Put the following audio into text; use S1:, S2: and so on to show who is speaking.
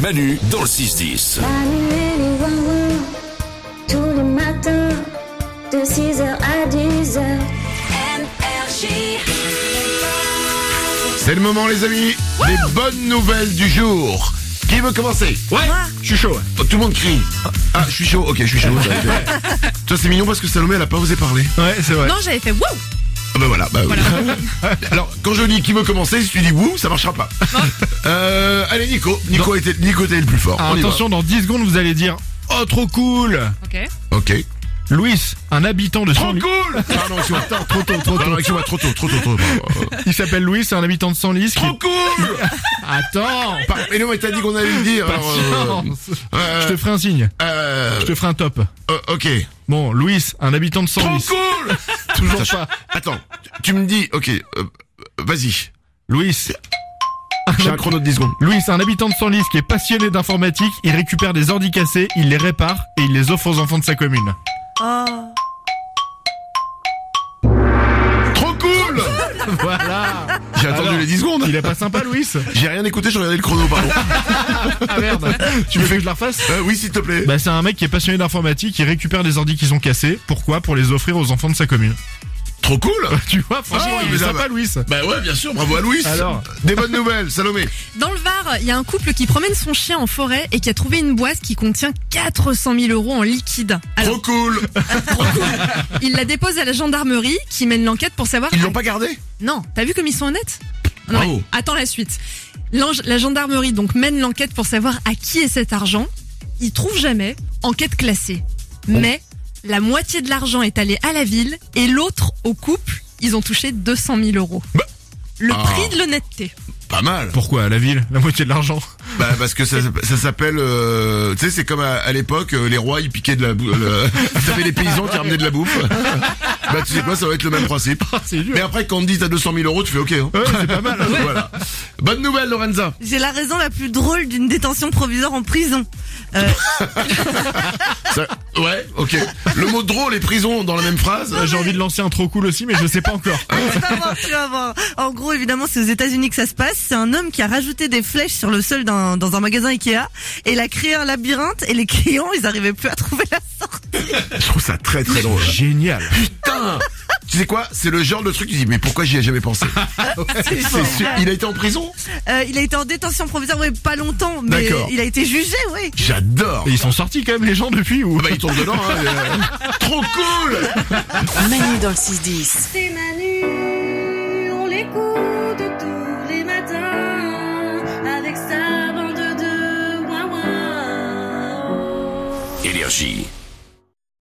S1: Manu dans le 6-10.
S2: Manu et les Wawa, tous les matins, de 6h à 10h.
S3: C'est le moment les amis, les bonnes nouvelles du jour. Qui veut commencer
S4: Ouais, je suis chaud.
S3: Oh, Tout le monde crie. Ah, je suis chaud, ok, je suis chaud. Toi c'est mignon parce que Salomé elle a pas osé parler.
S4: Ouais, c'est vrai.
S5: Non, j'avais fait wow.
S3: Ah bah voilà, bah oui. Alors quand je dis qui veut commencer, si tu dis wouh, ça marchera pas. Euh, allez Nico, Nico était, Nico était le plus fort.
S4: Ah,
S3: On y va.
S4: attention, dans 10 secondes, vous allez dire Oh, trop cool
S5: Ok.
S3: Ok.
S4: Louis, un habitant de San
S3: cool Pardon, excuse-moi, attends, trop tôt, trop tôt. Pardon, excuse-moi, trop tôt, trop tôt, trop tôt. Euh,
S4: Il s'appelle Louis, c'est un habitant de Senlis. qui-
S3: Trop cool
S4: Attends
S3: Par- Mais non, mais t'as dit qu'on allait le dire. alors, euh,
S4: Patience.
S3: euh,
S4: Je te ferai un signe.
S3: euh,
S4: Je te ferai un top.
S3: euh, ok.
S4: Bon, Louis, un habitant de
S3: Trop
S4: Senlis.
S3: cool
S4: Toujours pas.
S3: Attends, tu- tu me dis, ok, euh, euh, vas-y.
S4: Louis,
S3: J'ai un chrono de 10 secondes.
S4: Louis, un habitant de Senlis qui est passionné d'informatique. Il récupère des ordi cassés, il les répare et il les offre aux enfants de sa commune.
S3: Trop cool
S4: Voilà.
S3: J'ai attendu
S4: Alors,
S3: les 10 secondes.
S4: Il est pas sympa, Louis
S3: J'ai rien écouté, j'ai regardé le chrono, pardon.
S4: Ah merde. Tu veux que je la refasse
S3: Euh, oui, s'il te plaît.
S4: Bah c'est un mec qui est passionné d'informatique, qui récupère des ordi qui sont cassés. Pourquoi Pour les offrir aux enfants de sa commune.
S3: Trop cool
S4: Tu vois, franchement,
S3: Ah,
S4: il est
S3: mais là,
S4: sympa,
S3: bah-
S4: Louis.
S3: Bah ouais, bien sûr, bravo à Louis.
S4: Alors
S3: Des bonnes nouvelles, Salomé.
S5: Dans le Var, il y a un couple qui promène son chien en forêt et qui a trouvé une boîte qui contient 400 000 euros en liquide. Alors,
S3: Trop cool.
S5: il la dépose à la gendarmerie qui mène l'enquête pour savoir. Ah,
S3: Ils l'ont pas gardé
S5: Non, t'as vu comme ils sont honnêtes Non, mais
S3: Bravo.
S5: attends la suite. L'ange- La gendarmerie donc mène l'enquête pour savoir à qui est cet argent. Ils trouvent jamais. Enquête classée. Mais la moitié de l'argent est allée à la ville et l'autre au couple. Ils ont touché 200 000 euros.
S3: Bah.
S5: Le
S3: Ah.
S5: prix de l'honnêteté.
S3: Pas mal.
S4: Pourquoi La ville, la moitié de l'argent.
S3: Bah parce que ça, ça s'appelle, euh, tu sais, c'est comme à, à l'époque, euh, les rois ils piquaient de la bouffe, euh, t'avais les paysans qui ramenaient de la bouffe. Bah tu sais quoi, ça va être le même principe.
S4: C'est dur.
S3: Mais après quand on te dit t'as 200 000 euros, tu fais ok. hein.
S4: c'est pas mal.
S3: Voilà. Bonne nouvelle Lorenza.
S6: J'ai la raison la plus drôle d'une détention provisoire en prison. Euh,
S3: Ça- ouais, ok. Le mot drôle et prison dans la même phrase.
S4: euh, J'ai envie de lancer un trop cool aussi, mais je sais pas encore.
S3: Ah,
S6: tu vas voir, tu vas voir. En gros, évidemment, c'est aux États-Unis que ça se passe. C'est un homme qui a rajouté des flèches sur le sol d'un- dans un magasin Ikea et il a créé un labyrinthe et les clients, ils arrivaient plus à trouver la sortie.
S3: Je trouve ça très très drôle.
S4: Génial.
S3: Putain Tu sais quoi C'est le genre de truc, tu dis mais pourquoi j'y ai jamais pensé
S6: C'est
S3: C'est sûr.
S6: génial.
S3: Il a été en prison
S6: Euh, il a été en détention provisoire, ouais, pas longtemps, mais
S3: D'accord.
S6: il a été jugé, oui.
S3: J'adore
S4: Et ils sont sortis quand même les gens depuis ou
S3: Ah bah il tombe dedans hein, mais, euh, Trop cool
S7: Manu dans le 6-10.
S2: C'est Manu, on l'écoute tous les matins, avec sa bande de ouin-ouin.
S1: Énergie.